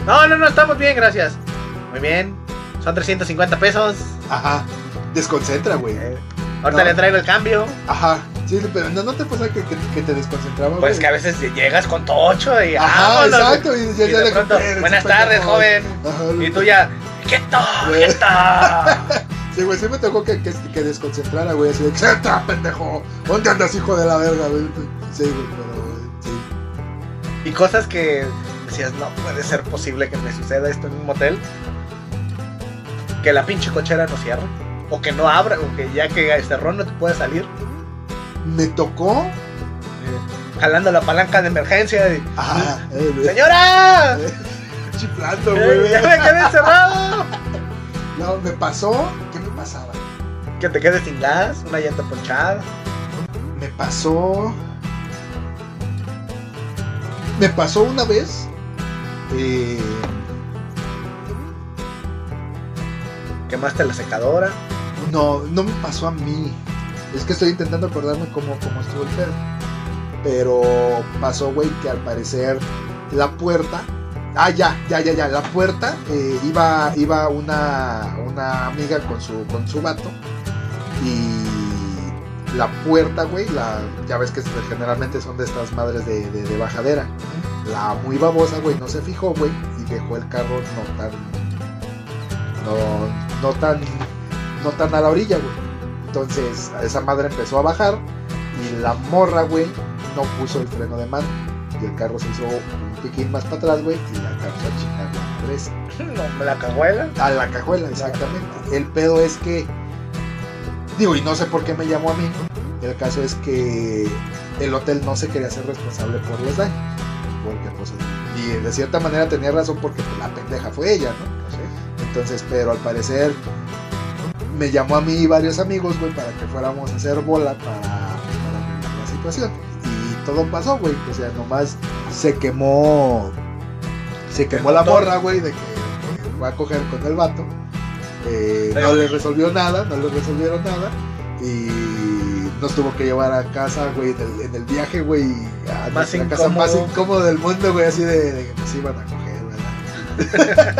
No, no, no, estamos bien, gracias. Muy bien. Son 350 pesos.
Ajá. Desconcentra, güey.
Eh, ahorita
No.
le traigo el cambio.
Ajá. Sí, pero no, no te pasa que, que- que te desconcentraba,
Pues que a
güey?
veces llegas con tocho y.
Ajá,
vámonos.
exacto. Y, ya-
Y
ya
de
le-
pronto,
eres un
buenas tardes,
pendejo".
joven.
Ajá.
Y tú ya, quieto, quieto.
Sí, güey, sí me tocó que, que, que desconcentrara, güey. Así de, ¡Senta, pendejo! ¿Dónde andas, hijo de la verga, güey? Sí, güey, pero... güey, Sí.
Y cosas que decías, no puede ser posible que me suceda esto en un motel. Que la pinche cochera no cierre. O que no abra, o que ya que cerró no te pueda salir.
Me tocó...
Eh, Jalando la palanca de emergencia. y,
Ajá. eh, güey.
¡Señora!
Chiflando,
eh,
güey.
¡Ya me quedé encerrado!
No, me pasó... ¿Qué me pasaba?
que te quedes sin gas, una llanta ponchada.
Me pasó. Me pasó una vez. eh,
Quemaste la secadora.
no, no me pasó a mí. Es que estoy intentando acordarme cómo, cómo estuvo el pedo. Pero pasó, güey, que al parecer la puerta. Ah, ya, ya, ya, ya. La puerta eh, iba, iba una, una amiga con su, con su vato. Y la puerta, güey, la, ya ves que generalmente son de estas madres de, de- de bajadera. La muy babosa, güey, no se fijó, güey, y dejó el carro no tan. No, no tan. No tan a la orilla, güey. Entonces, esa madre empezó a bajar y la morra, güey, no puso el freno de mano. Y el carro se hizo un piquín más para atrás, güey, y la alcanzó a chingar la madre esa.
No, me la cajuela.
A la cajuela, exactamente. El pedo es que. Digo, y no sé por qué me llamó a mí. El caso es que el hotel no se quería hacer responsable por los daños. Porque, pues, y de cierta manera tenía razón porque pues, la pendeja fue ella, ¿no?
No sé.
Entonces, pero al parecer me llamó a mí y varios amigos, güey, para que fuéramos a hacer bola para, para arreglar la situación. Y todo pasó, güey. O sea, nomás se quemó. Se quemó la
motor.
morra, güey, de que, que fue a coger con el vato. Eh,
Pero-
no le resolvió nada, no le resolvieron nada. Y nos tuvo que llevar a casa, güey, en el, en el viaje, güey, a
Más
la casa más
incómodo.
incómoda del mundo, güey, así de, de que nos iban a coger, ¿verdad?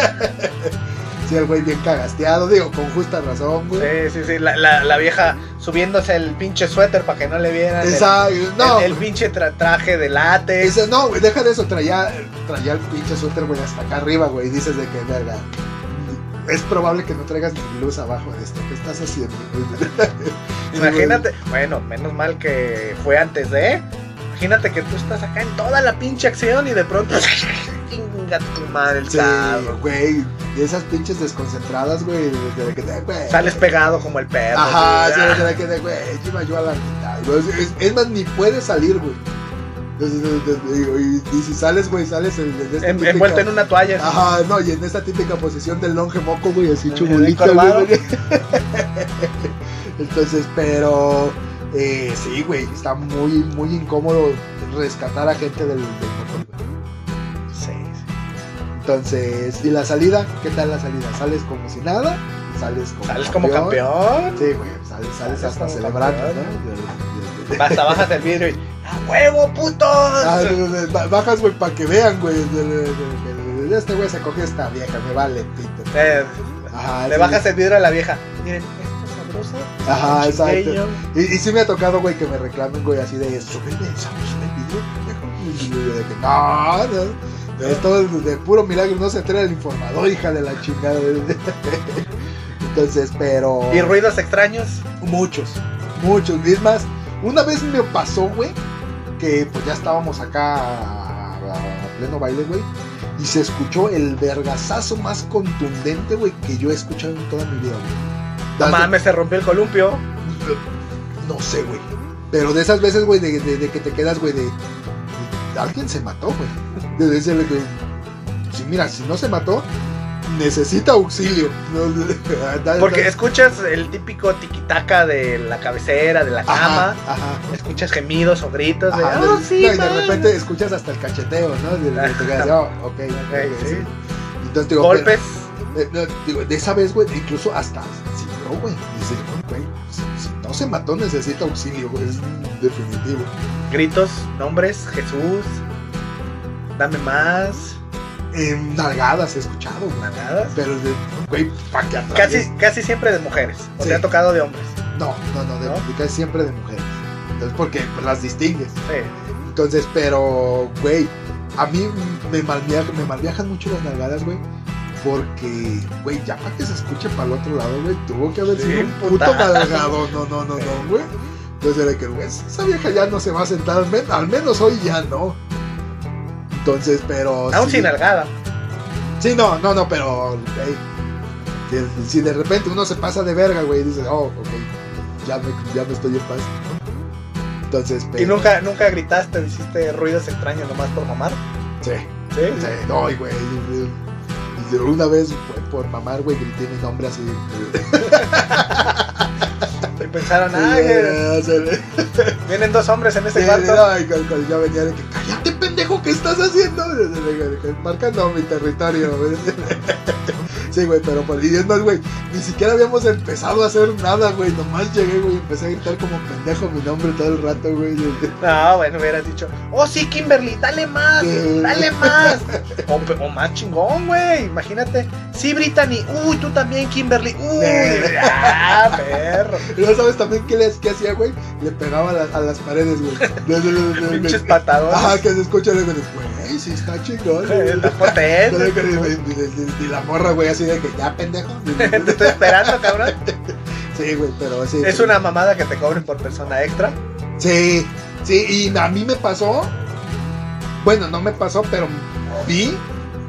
Sí, el güey bien cagasteado, digo, con justa razón, güey.
Sí, sí, sí, la, la, la vieja subiéndose el pinche suéter para que no le vieran el-
Esa,
el,
no,
el pinche tra- traje de látex.
esa- no, güey, deja de eso, traía, traía el pinche suéter, güey, hasta acá arriba, güey, y dices de que, verga, es probable que no traigas ni luz abajo de esto, ¿qué estás haciendo?
Imagínate, bueno, menos mal que fue antes de. Imagínate que tú estás acá en toda la pinche acción y de pronto. Chinga tu madre el
Sí,
carro.
güey, de esas pinches desconcentradas, güey, desde que te, güey.
Sales pegado como el perro.
Ajá,
así,
sí,
ah,
desde que te, güey, iba yo a la mitad, güey, es, es más, ni puedes salir, güey. Entonces, Y, y- y si sales, güey, sales en- en este esta
en-
típica-
envuelto en una toalla. así.
Ajá, no, y en esta típica posición del longe moco, güey, así
Eh,
chumulito,
encorvado.
güey. Entonces, pero eh, sí, güey, está muy, muy incómodo rescatar a gente del, del motel, güey.
Sí, sí.
Entonces, ¿y la salida? ¿Qué tal la salida? ¿Sales como si nada? ¿Sales como
Sales como campeón.
Sí, güey, sales, sales
Sales
hasta
como
celebrando,
campeón.
¿no?
Basta, bajas el vidrio y. ¡A huevo, putos!
Ah, ba- Bajas, güey, para que vean, güey. de- de- de- de- Este güey se cogió esta vieja, me vale pito.
Eh,
Ajá, Ah,
le
sí.
bajas el vidrio a la vieja. Miren, esto es sabroso.
Ajá,
chingueño.
Y, y sí me ha tocado, güey, que me reclamen, güey, así de, sube el sube el video, pendejo". Y yo de que, no, no. Pero todo de puro milagro no se entera el informador, hija de la chingada. Entonces, pero.
¿Y ruidos extraños?
Muchos, muchos. mismas una vez me pasó, güey, que pues ya estábamos acá a, a pleno baile, güey. Y se escuchó el vergazazo más contundente, güey, que yo he escuchado en toda mi vida, güey.
No
Das de-
mames, se rompió el columpio.
Ah, No sé, güey. Pero de esas veces, güey, de, de- de que te quedas, güey, de, de- Alguien se mató, güey. De decirle, güey. Si mira, si no se mató, necesita auxilio. No, da-
Porque
da-
escuchas el típico tiquitaca de la cabecera, de la
Ajá,
cama.
ajá.
Escuchas gemidos o gritos de.
Ajá,
"Ah,
de-
sí,
no, y de
man".
repente escuchas hasta el cacheteo, ¿no? De, de- te quedas, "Oh, ok, ok,
sí.
sí". Entonces digo,
Golpes.
pero, eh, no, digo, de esa vez, güey, incluso hasta si no, güey. Dice, güey, si, si no se mató, necesita auxilio, güey. Es definitivo.
gritos, nombres, Jesús, dame más,
En em, nalgadas he escuchado, güey.
manadas.
Pero, de- güey, pa' que
Casi,
atravies-
casi siempre de mujeres, o
Sí.
te ha tocado de hombres.
No, no, no, de,
¿No?
de casi siempre de mujeres. Entonces, porque pues, las distingues.
Sí.
Entonces, pero, güey, a mí me malviajan, me malviajan mucho las nalgadas, güey. Porque, güey, ya para que se escuche para el otro lado, güey, tuvo que haber
Sí,
sido un puto
puta.
nalgado. No, no, no, no, güey. Entonces era que, güey, esa vieja ya no se va a sentar, al, men- al menos hoy ya no. Entonces, pero.
Aún
Pues sí-
sin algada.
Sí, no, no, no, pero güey, si, si de repente uno se pasa de verga, güey, dices, oh, ok, ya me, ya me estoy en paz. Entonces, pero.
Y nunca, nunca gritaste o hiciste ruidos extraños nomás por mamar.
Sí,
Sí.
sí, no, y, güey. y- y Una vez, güey, por mamar, güey, grité mi nombre así.
Y pensaron, ay, eh,
o sea,
vienen dos hombres en este
Sí,
cuarto.
no, y cu- cuando ya venía de que cállate pendejo, ¿qué estás haciendo? Marcando mi territorio. güey. Sí, güey, pero por y es más, güey, ni siquiera habíamos empezado a hacer nada, güey. Nomás llegué, güey, y empecé a gritar como pendejo mi nombre todo el rato, güey.
No, bueno, hubieras dicho, oh sí, Kimberly, dale más,
Sí.
dale más. O, pe- o más chingón, güey, imagínate. Sí, Brittany, uy, tú también, Kimberly, uy.
Sí.
Ah, perro.
Y no sabes también qué, les, qué hacía, güey. Le pegaba a, la- a las paredes, güey.
Pinches patadones. eh,
Ajá, que se escucha, güey, güey, sí está chingón. güey.
Está potente.
Y la morra, güey, así de que ya pendejo.
Te estoy esperando, cabrón.
Sí, güey, pero así.
Es una mamada que te cobren por persona extra.
Sí, sí, y a mí me pasó. Bueno, no me pasó, pero vi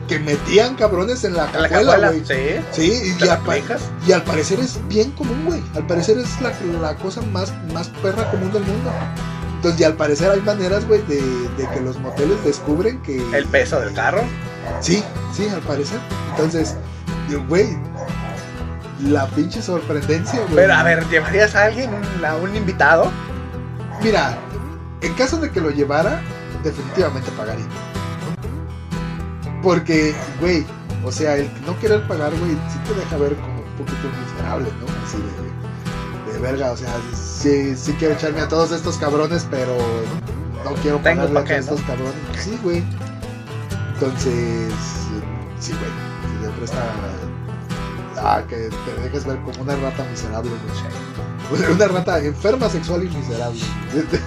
que metían cabrones en la
A la
cajuela,
cajuela.
güey. pues.
Sí.
Sí, y,
¿Te la
al pa-
aplicas?
y al parecer es bien común, güey. Al parecer es la, la cosa más, más perra común del mundo. Entonces, y al parecer hay maneras, güey, de, de que los moteles descubren que.
El peso del carro.
Sí, sí, al parecer. Entonces, digo, güey, la pinche sorprendencia, güey.
Pero a ver, ¿llevarías a alguien, un, a un invitado?
Mira, en caso de que lo llevara, definitivamente pagaría. Porque, güey, o sea, el no querer pagar, güey, sí te deja ver como un poquito miserable, ¿no? Así de, de verga, o sea, sí, sí quiero echarme a todos estos cabrones, pero no quiero
Tengo
pagarle
pa' qué,
a todos
¿no?
estos cabrones. Sí, güey. Entonces, sí, güey, se le presta a que te dejes ver como una rata miserable, güey. Una rata enferma sexual y miserable.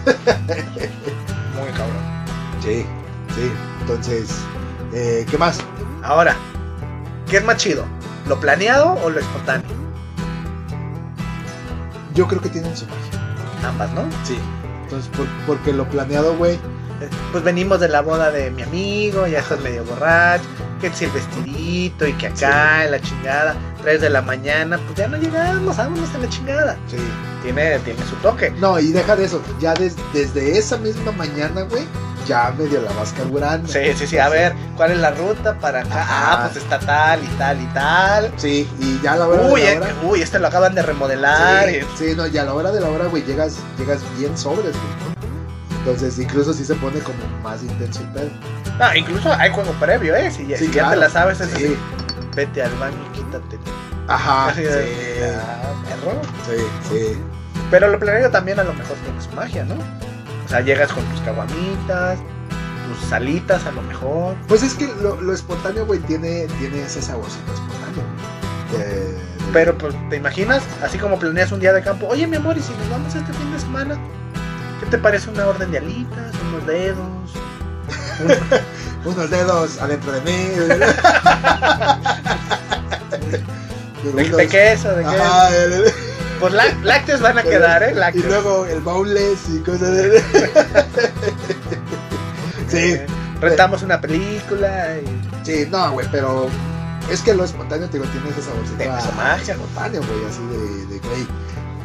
Muy cabrón.
Sí, sí. Entonces, eh, ¿qué más?
Ahora, ¿qué es más chido? ¿Lo planeado o lo espontáneo?
Yo creo que tienen su magia.
Ambas, ¿no?
Sí. Entonces, por- porque lo planeado, güey.
Eh, Pues venimos de la boda de mi amigo, ya estás medio borracho, que si el vestidito y que acá, la chingada, 3 de la mañana, pues ya no llegamos, vámonos a la chingada.
Sí.
Tiene, tiene su toque.
No, y deja de eso. Ya des- desde esa misma mañana, güey, ya medio la vas carburando.
Sí, sí, sí, a ver, ¿cuál es la ruta para acá? Ah,
Ajá.
pues está tal y tal y tal.
Sí, y ya a la hora
Uy,
de
eh,
la hora.
uy, este lo acaban de remodelar.
Sí, sí, no, y a la hora de la hora, güey, llegas, llegas bien sobres, güey. Entonces, incluso sí se pone como más intenso el pedo.
No, Ah, incluso hay juego previo, ¿eh? Si, ya-
Sí,
si ya
claro.
te la sabes, es
Sí.
así, vete al baño y quítate.
Ajá.
Así de, ah, perro.
sí, sí.
Pero lo planeado también a lo mejor tiene su magia, ¿no? O sea, llegas con tus caguamitas, tus salitas a lo mejor.
Pues es que lo, lo espontáneo, güey, tiene, tiene ese saborcito espontáneo. Eh, güey. De- de-
Pero pues, ¿te imaginas? Así como planeas un día de campo, oye mi amor, ¿y si nos vamos este fin de semana? ¿Qué te parece una orden de alitas, unos dedos?
unos dedos adentro de mí.
De, de queso, de queso.
Ajá, el-
Pues lá- lácteos van a quedar, ¿eh?
y
Lácteos.
luego el baúles y cosas de... sí,
Eh, Rentamos una película y
sí, no, güey, pero es que lo espontáneo, te digo, tiene ese saborcito.
Tiene
a-
su magia, güey.
espontáneo, güey, así de, de que güey,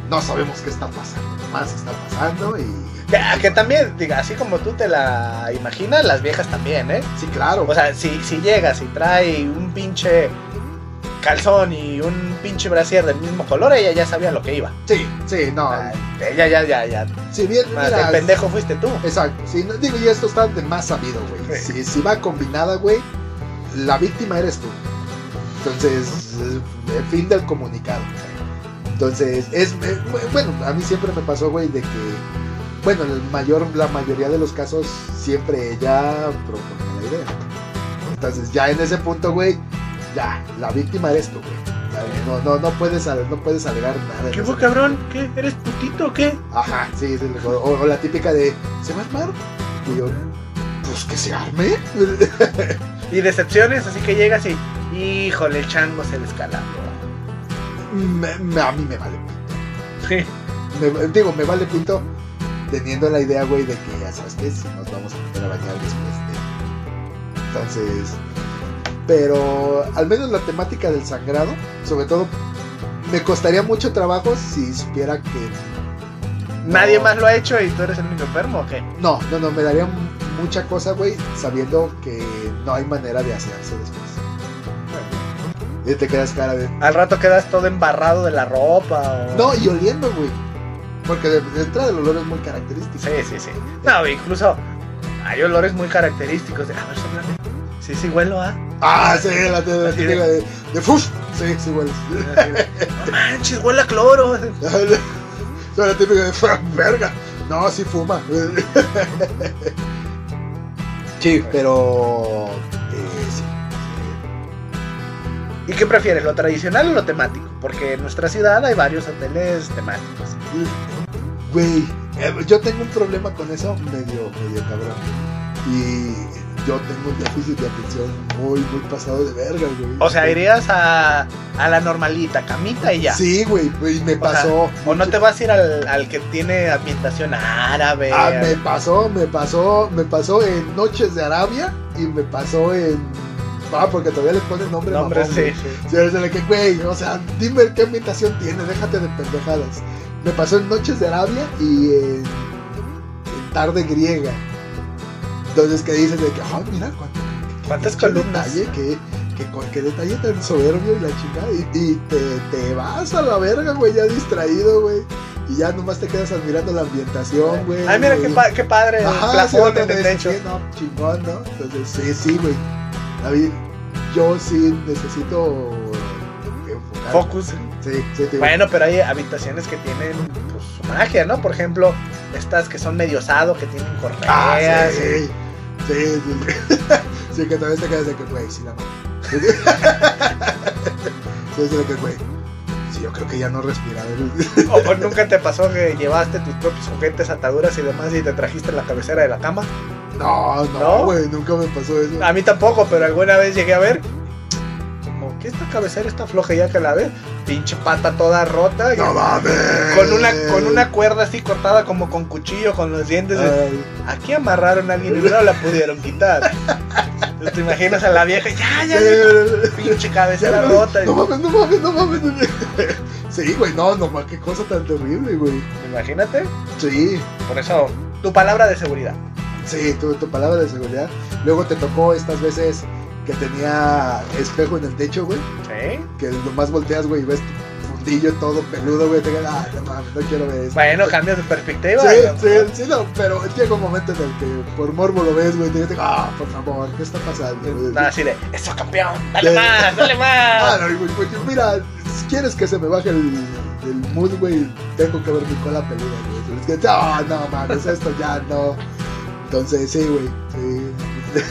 no sabemos qué está pasando, más está pasando y...
que, ah, que también, diga, así como tú te la imaginas, las viejas también, ¿eh?
Sí, claro.
O sea, si, si llegas y trae un pinche calzón y un pinche brasier del mismo color, ella ya sabía lo que iba.
sí, sí, no.
Ah, Ella ya, ya, ya.
si bien,
Más
mira,
el pendejo fuiste tú.
Exacto, sí, no, digo, y esto está de más sabido, güey.
Sí.
Si, si va combinada, güey, la víctima eres tú. Entonces, eh, fin del comunicado. Entonces, es eh, bueno, a mí siempre me pasó, güey, de que, bueno, el mayor, la mayoría de los casos siempre ella propone la idea. Entonces, ya en ese punto, güey, ya, la víctima eres tú, güey. Ya, No, no, no puedes, al- no puedes alegar nada. en
¿Qué
ese
hubo, cabrón? ¿Qué? ¿Eres putito o qué?
Ajá, sí, sí, o, o la típica de, ¿se va a armar? Y yo, pues que se arme.
Y decepciones, así que llegas y. Híjole, el chango se le escalando.
Me- me- a mí me vale.
Sí.
Me- digo, me vale pinto teniendo la idea, güey, de que ya sabes que si nos vamos a meter a bañar después de... Entonces, pero al menos la temática del sangrado, sobre todo, me costaría mucho trabajo si supiera que... no-
Nadie más lo ha hecho y tú eres el único enfermo o qué?
No, no, no, me daría mucha cosa, güey, sabiendo que no hay manera de hacerse después. Y te quedas cara de.
Al rato quedas todo embarrado de la ropa o.
No, y oliendo, güey. Porque de, de entrada el olor es muy característico.
Sí, sí, sí. No, incluso hay olores muy característicos. De, "Ah, a ver, soplame. Sí, sí, huelo a.
Ah, sí, la, la- la
Así
típica de. de fush. Sí, sí, hueles.
No manches, huele a cloro.
Son la típica de. "Fra- Verga. No, sí fuma. sí, pero. eh, sí.
¿Y qué prefieres, lo tradicional o lo temático? Porque en nuestra ciudad hay varios hoteles temáticos.
Güey, eh, yo tengo un problema con eso medio, medio cabrón. Y yo tengo un déficit de atención muy, muy pasado de verga, güey.
O sea, irías a, a la normalita, camita y ya.
Sí, güey, güey, me
O sea,
pasó.
O no te vas a ir al, al que tiene ambientación árabe.
Ah,
al-
me pasó, me pasó, me pasó en Noches de Arabia y me pasó en. Ah, porque todavía le ponen nombre
No, hombre,
mamón,
sí,
güey.
sí.
Sí, es de la que, güey, o sea, dime qué ambientación tiene, déjate de pendejadas. Me pasó en Noches de Arabia y en, en Tarde Griega. Entonces, ¿qué dices? De que, ah, mira, cuánto,
¿Cuántas
qué
columnas?
detalle, qué, qué, co- qué detalle tan soberbio y la chingada. Y, y te, te vas a la verga, güey, ya distraído, güey. Y ya nomás te quedas admirando la ambientación, güey.
Ay, mira
y-
qué, pa- qué padre,
Ajá,
el
sí,
plafón
otra
en el
vez,
techo.
sí, no, chingón, ¿no? Entonces, sí, sí, güey. David, yo sí necesito enfocar.
Focus.
Sí, sí, te
Bueno, pero hay habitaciones que tienen pues, su magia, ¿no? Por ejemplo, estas que son medio osado, que tienen correas.
Ah,
y-
sí. Sí, sí, sí. Sí, que también te quedas de que, güey, sí la mano. Sí, sí, de que, güey. Sí, yo creo que ya no respiraba.
O, o nunca te pasó que llevaste tus propios juguetes, ataduras y demás y te trajiste la cabecera de la cama.
No, no,
¿No? Ah,
güey, nunca me pasó eso.
A mí tampoco, pero alguna vez llegué a ver. Como que esta cabecera está floja ya que la ves. Pinche pata toda rota. y-
No mames.
con una, con una cuerda así cortada como con cuchillo, con los dientes.
Ay,
Aquí amarraron a alguien y no la pudieron quitar. Entonces, te imaginas a la vieja, ya, ya, ya,
sí.
pinche cabecera
Ya,
rota.
No mames, no mames, no mames. Sí, güey, no, no mames, qué cosa tan terrible, güey.
Imagínate,
Sí,
por eso, tu palabra de seguridad.
sí, tu, tu palabra de seguridad. Luego te tocó estas veces que tenía espejo en el techo, güey.
¿Sí?
Que nomás volteas, güey, y ves tu fundillo todo peludo, güey. Te quedas, ah, no mames, no quiero ver eso.
Bueno, cambias de perspectiva.
Sí,
¿no?
sí, sí, no, pero llega un momento en el que por morbo lo ves, güey, y te digo, ah, por favor, ¿qué está pasando? güey?"
Nada así de, eso campeón, dale
Sí.
más, dale
Ah,
más.
no, güey, pues, mira, si quieres que se me baje el, el mood, güey, tengo que ver mi cola peluda, güey. Es que, no, no, mames, esto ya no. Entonces, sí, güey, sí.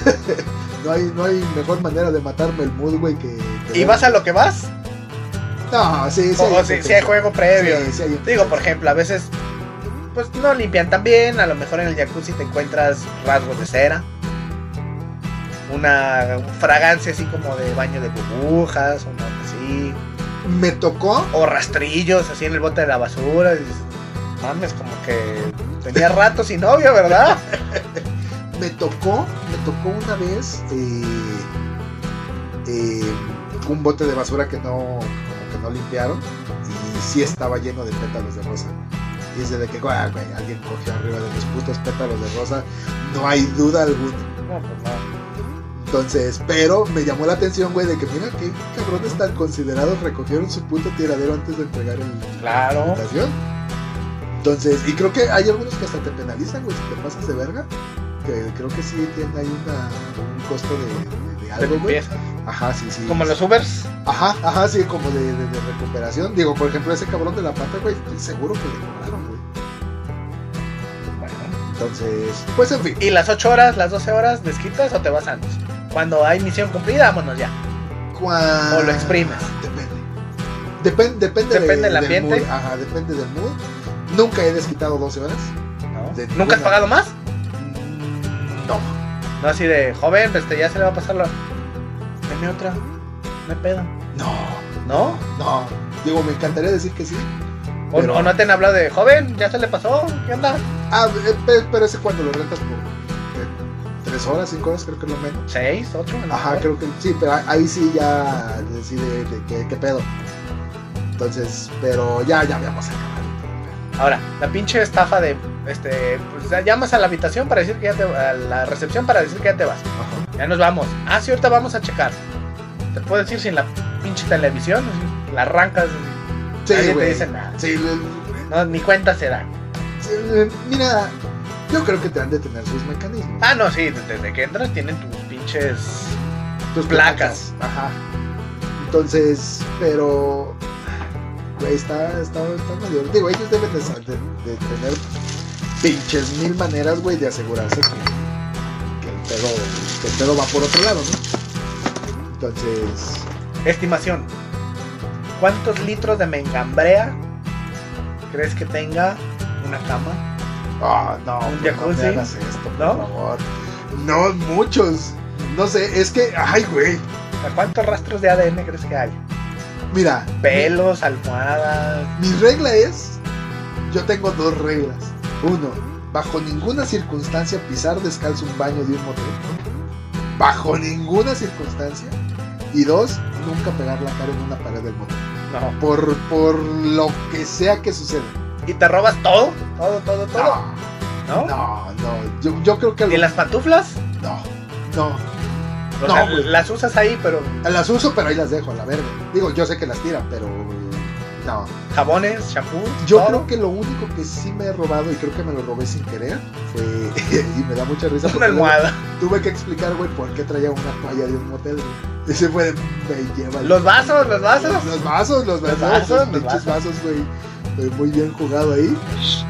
no, hay, no hay mejor manera de matarme el mood, güey, que... que
¿Y
ver-
vas a lo que vas?
No, sí, sí.
o si, si hay juego previo.
Sí, sí hay-
Digo, por ejemplo, a veces pues no limpian tan bien, a lo mejor en el jacuzzi te encuentras rasgos de cera. una fragancia así como de baño de burbujas, o no, así,
Me tocó
o rastrillos así en el bote de la basura. y dices, mames, como que tenía rato sin novio, ¿verdad?
me tocó, me tocó una vez eh, eh, un bote de basura que no, como que no limpiaron y sí estaba lleno de pétalos de rosa. Y dice de que, "Guau, güey, alguien cogió arriba de los putos pétalos de rosa, no hay duda alguna.
No, pues no.
Entonces, pero me llamó la atención, güey, de que mira qué cabrones tan considerados recogieron su puto tiradero antes de entregar el,
Claro.
la presentación. Entonces, y creo que hay algunos que hasta te penalizan, güey, si te pasas de verga. Que creo que sí tienen ahí una, un costo de, de- de
De
algo, güey.
limpieza.
Ajá, sí, sí.
Como los Ubers.
Ajá, ajá, sí, como de, de- de recuperación. Digo, por ejemplo, ese cabrón de la pata, güey, estoy seguro que le cobraron, güey.
Bueno.
Entonces, pues en fin.
Y las 8 horas, las 12 horas, desquitas o te vas antes. Cuando hay misión cumplida, vámonos ya.
Cuan-
O lo exprimes.
Depende. Depen- depende de-
Depende del ambiente.
mood. Ajá, depende del mood. Nunca he desquitado 12 horas.
¿no?
De-
¿Nunca has
bueno.
pagado más?
No.
No así de joven, este ya se le va a pasar la. Deme otra. No hay pedo.
No.
¿No?
No, digo, me encantaría decir que sí.
O,
Pero-
o no te han hablado de joven, ya se le pasó, ¿qué onda?
Ah, eh, pe- pero ese cuando lo rentas por ¿qué? tres horas, cinco horas, creo que es lo menos.
¿Seis? ¿Ocho? a lo
Ajá,
mejor.
creo que sí, pero ahí- ahí sí ya decide de qué, qué pedo. Entonces, pero ya, ya habíamos acabado.
Ahora, la pinche estafa de. Este, pues ya llamas a la habitación para decir que ya te a la recepción para decir que ya te vas.
Ajá.
Ya nos vamos. Ah, sí, ahorita vamos a checar. Te puedes ir sin la pinche televisión, así, la arrancas.
Sí,
nadie te
güey.
dice nada.
Sí, le-
No, ni cuenta se da.
sí, le- mira, yo creo que te han de tener sus mecanismos.
Ah, no, sí, desde que entras tienen tus pinches.
tus
placas.
Ajá. Entonces, pero. Güey, está, está, está medio. Digo, ellos deben de, sa- de- de tener pinches mil maneras, güey, de asegurarse que, que el pedo, que el pedo va por otro lado, ¿no? Entonces,
Estimación. ¿Cuántos litros de mengambrea crees que tenga una cama?
Ah, no,
Un
pues no me
jacuzzi,
hagas esto, por
¿no?
favor. No, muchos. No sé, es que, ay, güey.
O sea, ¿Cuántos rastros de ADN crees que hay?
Mira,
Pelos, almohadas.
Mi regla es, yo tengo dos reglas. Uno, bajo ninguna circunstancia pisar descalzo un baño de un motel. Bajo ninguna circunstancia. Y dos, nunca pegar la cara en una pared del motel.
No.
Por, por lo que sea que suceda.
¿Y te robas todo? Todo, todo, todo.
No,
¿No?
no, no. Yo, yo creo que...
¿Y
lo-
las pantuflas?
No, no.
O
No,
sea,
güey.
las usas ahí, pero
Las uso, pero ahí las dejo, a la verga. Digo, yo sé que las tiran, pero... No.
jabones, shampoo.
Yo
todo.
creo que lo único que sí me he robado, y creo que me lo robé sin querer, fue... y me da mucha risa.
Una
porque luego-
almohada.
tuve que explicar, güey, por qué traía una toalla de un motel, güey. Ese fue, me lleva.
Los vasos, los vasos.
Los vasos, los
Los
vasos,
vasos,
los
los
pinches vasos, güey. Fue Muy bien jugado ahí.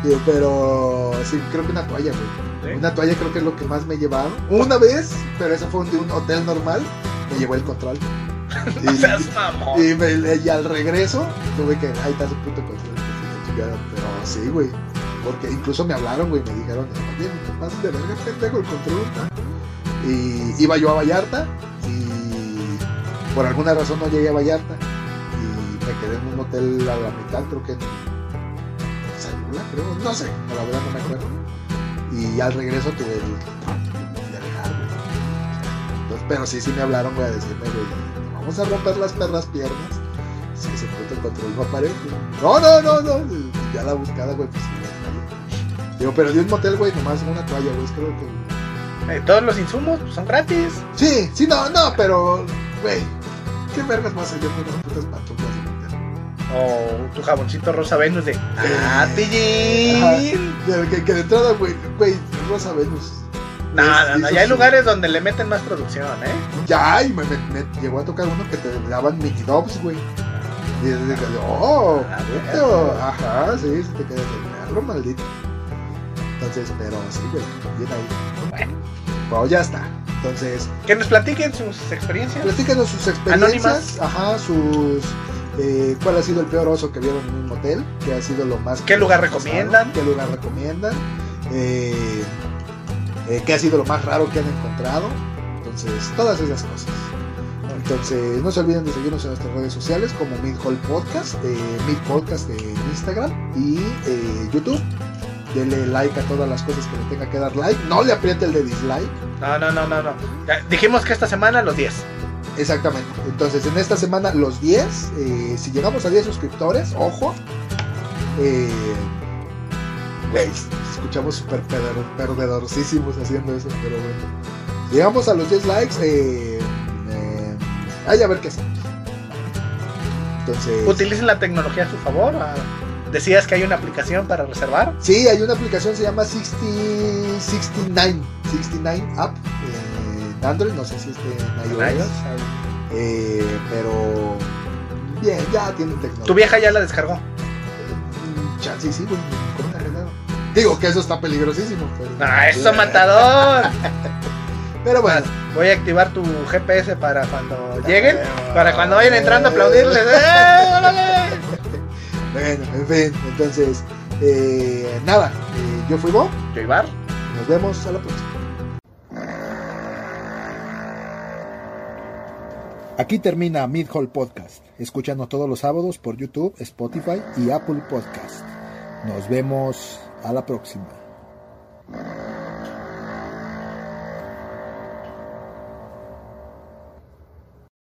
Digo, Pero sí, creo que una toalla, güey.
¿Sí?
Una toalla creo que es lo que más me he llevado. Una vez, pero eso fue de un hotel normal, me llevó el control. Y,
No seas mamón.
y me- y al regreso tuve que, ahí está su puto control. que sí, la chingada. Pero sí, güey. Porque incluso me hablaron, güey, me dijeron, oye, no te pases de verga, pendejo, el control. ¿no?". Y iba yo a Vallarta y por alguna razón no llegué a Vallarta. Y me quedé en un hotel a la mitad, creo que en en Sayula, creo, no sé, no, la verdad no me acuerdo. Y al regreso tuve el de dejar, güey. Entonces, pero sí, sí me hablaron, güey, a decirme, güey, "Te vamos a romper las perras piernas. Si ese puto control no aparece. No, no, no, no. Y Ya la buscada, güey, pues me la traía. Digo, pero de un motel, güey, nomás una toalla, güey, es creo que.
Eh, Todos los insumos pues, son gratis.
Sí, sí, no, no, pero, güey, ¿qué vergas más yo con unas putas pantuflas de motel?
O tu jaboncito rosa Venus de. ¡Ah, Tillín!
Del que, que de entrada, güey, güey, Rosa Venus.
No, no, no,
Eso
ya hay
sí.
lugares donde le meten más producción, ¿eh?
Ya, y me, me- me llegó a tocar uno que te daban mini dobs, güey. Y es de que, oh,
Ah,
puto. Ajá, sí, se te quedas de perro, maldito. Entonces, pero sí, güey, bien ahí.
Bueno,
Bueno, ya está. Entonces,
que nos platiquen sus experiencias.
platícanos sus experiencias. Ajá, sus. eh, ¿Cuál ha sido el peor oso que vieron en un motel? ¿Qué ha sido lo más.
¿Qué lugar recomiendan?
¿Qué lugar recomiendan? Eh, eh, ¿Qué ha sido lo más raro que han encontrado? Entonces, todas esas cosas. Entonces, no se olviden de seguirnos en nuestras redes sociales como Mid Hall Podcast, eh, Mid Podcast en Instagram y eh, YouTube. Denle like a todas las cosas que le tenga que dar like. No le apriete el de dislike.
No, no, no, no, no. Ya, Dijimos que esta semana los 10.
Exactamente. Entonces, en esta semana, los 10, eh, si llegamos a 10 suscriptores, ojo, eh, güey, escuchamos súper perder- perdedorcísimos haciendo eso, pero bueno. Si llegamos a los 10 likes, eh, eh, ay, a ver qué hacemos. Entonces,
Utilicen la tecnología a su favor. ah, Decías que hay una aplicación para reservar.
sí, hay una aplicación, se llama 60, 69, 69 App, eh, en Android, no sé si esté en iOS,
iOS.
eh, pero bien, ya tienen tecnología.
Tu vieja ya la descargó.
Mm, Chance sí, güey. ¿Cómo la arreglaron? Digo que eso está peligrosísimo, pero.
¡Ah, eso matador!
Pero bueno.
Voy a activar tu GPS para cuando lleguen. Para cuando vayan entrando aplaudirles. ¡Eh, órale!
Bueno, en fin, entonces. eh, nada, eh, yo fui Bob.
Yo, Ibar.
Nos vemos a la próxima. Aquí termina Mid Hall Podcast. Escúchanos todos los sábados por YouTube, Spotify y Apple Podcast. Nos vemos a la próxima.